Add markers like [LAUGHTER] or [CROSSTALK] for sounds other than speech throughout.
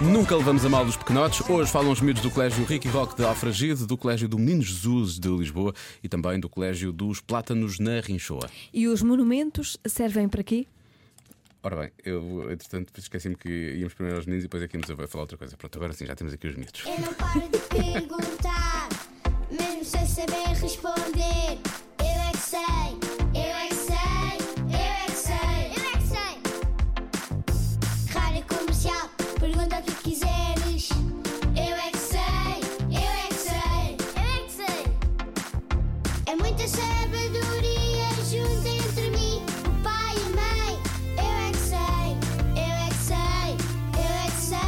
Nunca levamos a mal dos pequenotes. Hoje falam os miúdos do Colégio Ricky Rock de Alfragide, do Colégio do Menino Jesus de Lisboa e também do Colégio dos Plátanos na Rinchoa. E os monumentos servem para quê? Ora bem, eu entretanto esqueci-me que íamos primeiro aos meninos e depois aqui nos avô a falar outra coisa. Pronto, agora sim, já temos aqui os miúdos. Eu não paro de perguntar, mesmo sem saber responder. Eu é que sei, eu é que sei, eu é que sei, eu é que sei. Rádio comercial, pergunta o que quiseres. Eu é que sei, eu é que sei, eu é que sei. É muita sabedoria junto entre mim, o pai e a mãe. Eu é que sei, eu é que sei, eu é que sei.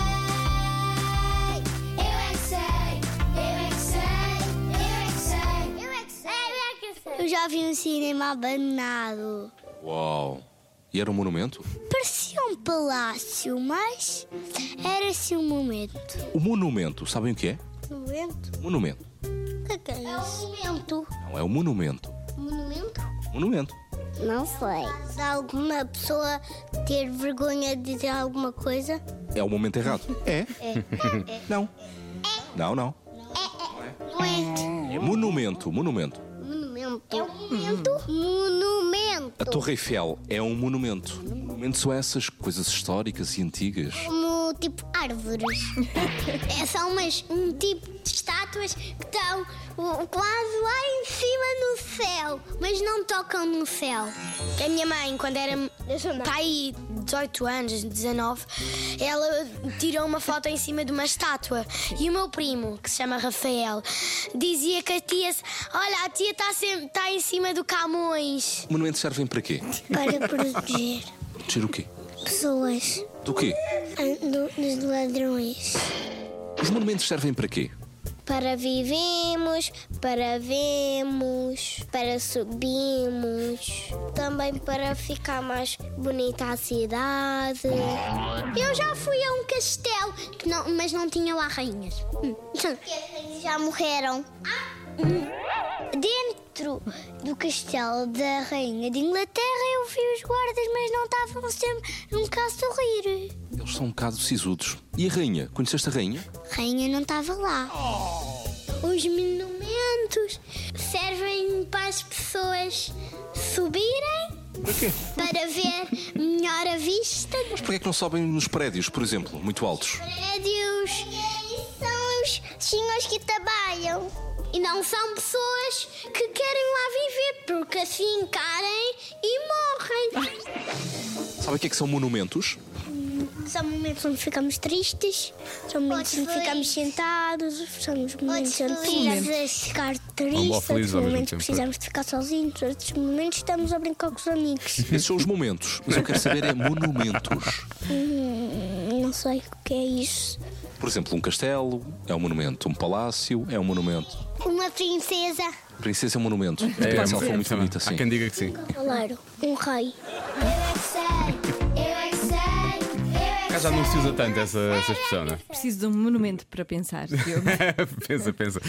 Eu é que sei, eu é que sei, eu é que sei. Eu é que sei, eu é que sei. Eu já vi um cinema abandonado. Uau! E era um monumento? Parecia um palácio, mas era assim um momento. O monumento, sabem o que é? Momento? Monumento. O que é isso? É um momento. Não, é um monumento. Monumento? Monumento. Não sei. Se alguma pessoa ter vergonha de dizer alguma coisa? É o momento errado. É? Não. Não, não. Momento. É monumento, monumento. Monumento. É um momento? Monumento. A Torre Eiffel é um monumento. Monumentos são essas coisas históricas e antigas. Como tipo árvores. é, são umas, um tipo de estátuas que estão uh, quase lá em cima no céu, mas não tocam no céu. A minha mãe, quando era pai 18 anos, 19, ela tirou uma foto em cima de uma estátua. E o meu primo, que se chama Rafael, dizia que a tia. se- Olha, a tia está tá em cima do Camões. Monumentos servem para quê? Para proteger Proteger o quê? pessoas Do quê? dos ladrões. Os monumentos servem para quê? Para vivemos, para vemos, para subimos, também para ficar mais bonita a cidade. Eu já fui a um castelo, que não- mas não tinha lá rainhas. Hum. Já morreram. hum. Dentro do castelo da Rainha de Inglaterra eu vi os guardas, mas não estavam sempre nunca a sorrir. Eles são um bocado sisudos. E a rainha? Conheceste a rainha? rainha não estava lá. Os monumentos servem para as pessoas subirem para ver melhor a vista dos Porquê é que não sobem nos prédios, por exemplo, muito altos? prédios. São os senhores que trabalham. E não são pessoas que querem lá viver, porque assim encarem e morrem. Sabe o que é que são monumentos? São momentos onde ficamos tristes, são momentos onde ficamos sentados, são os momentos onde precisamos de ficar Vamos lá, tristes, felizes outros ao mesmo momentos tempo. precisamos de ficar sozinhos, outros momentos estamos a brincar com os amigos. Esses são os momentos. Mas eu quero saber é monumentos. Não sei o que é isso. Por exemplo, um castelo é um monumento, um palácio é um monumento. Uma princesa. Princesa é um monumento. Depende se ela for muito bonita, sim. Há quem diga que sim. Claro, um rei. Eu é que sei, eu é que sei, eu é que Cá já não se usa tanto essa, essa expressão, não é? [LAUGHS] Preciso de um monumento para pensar, Diogo. pensa, pensa.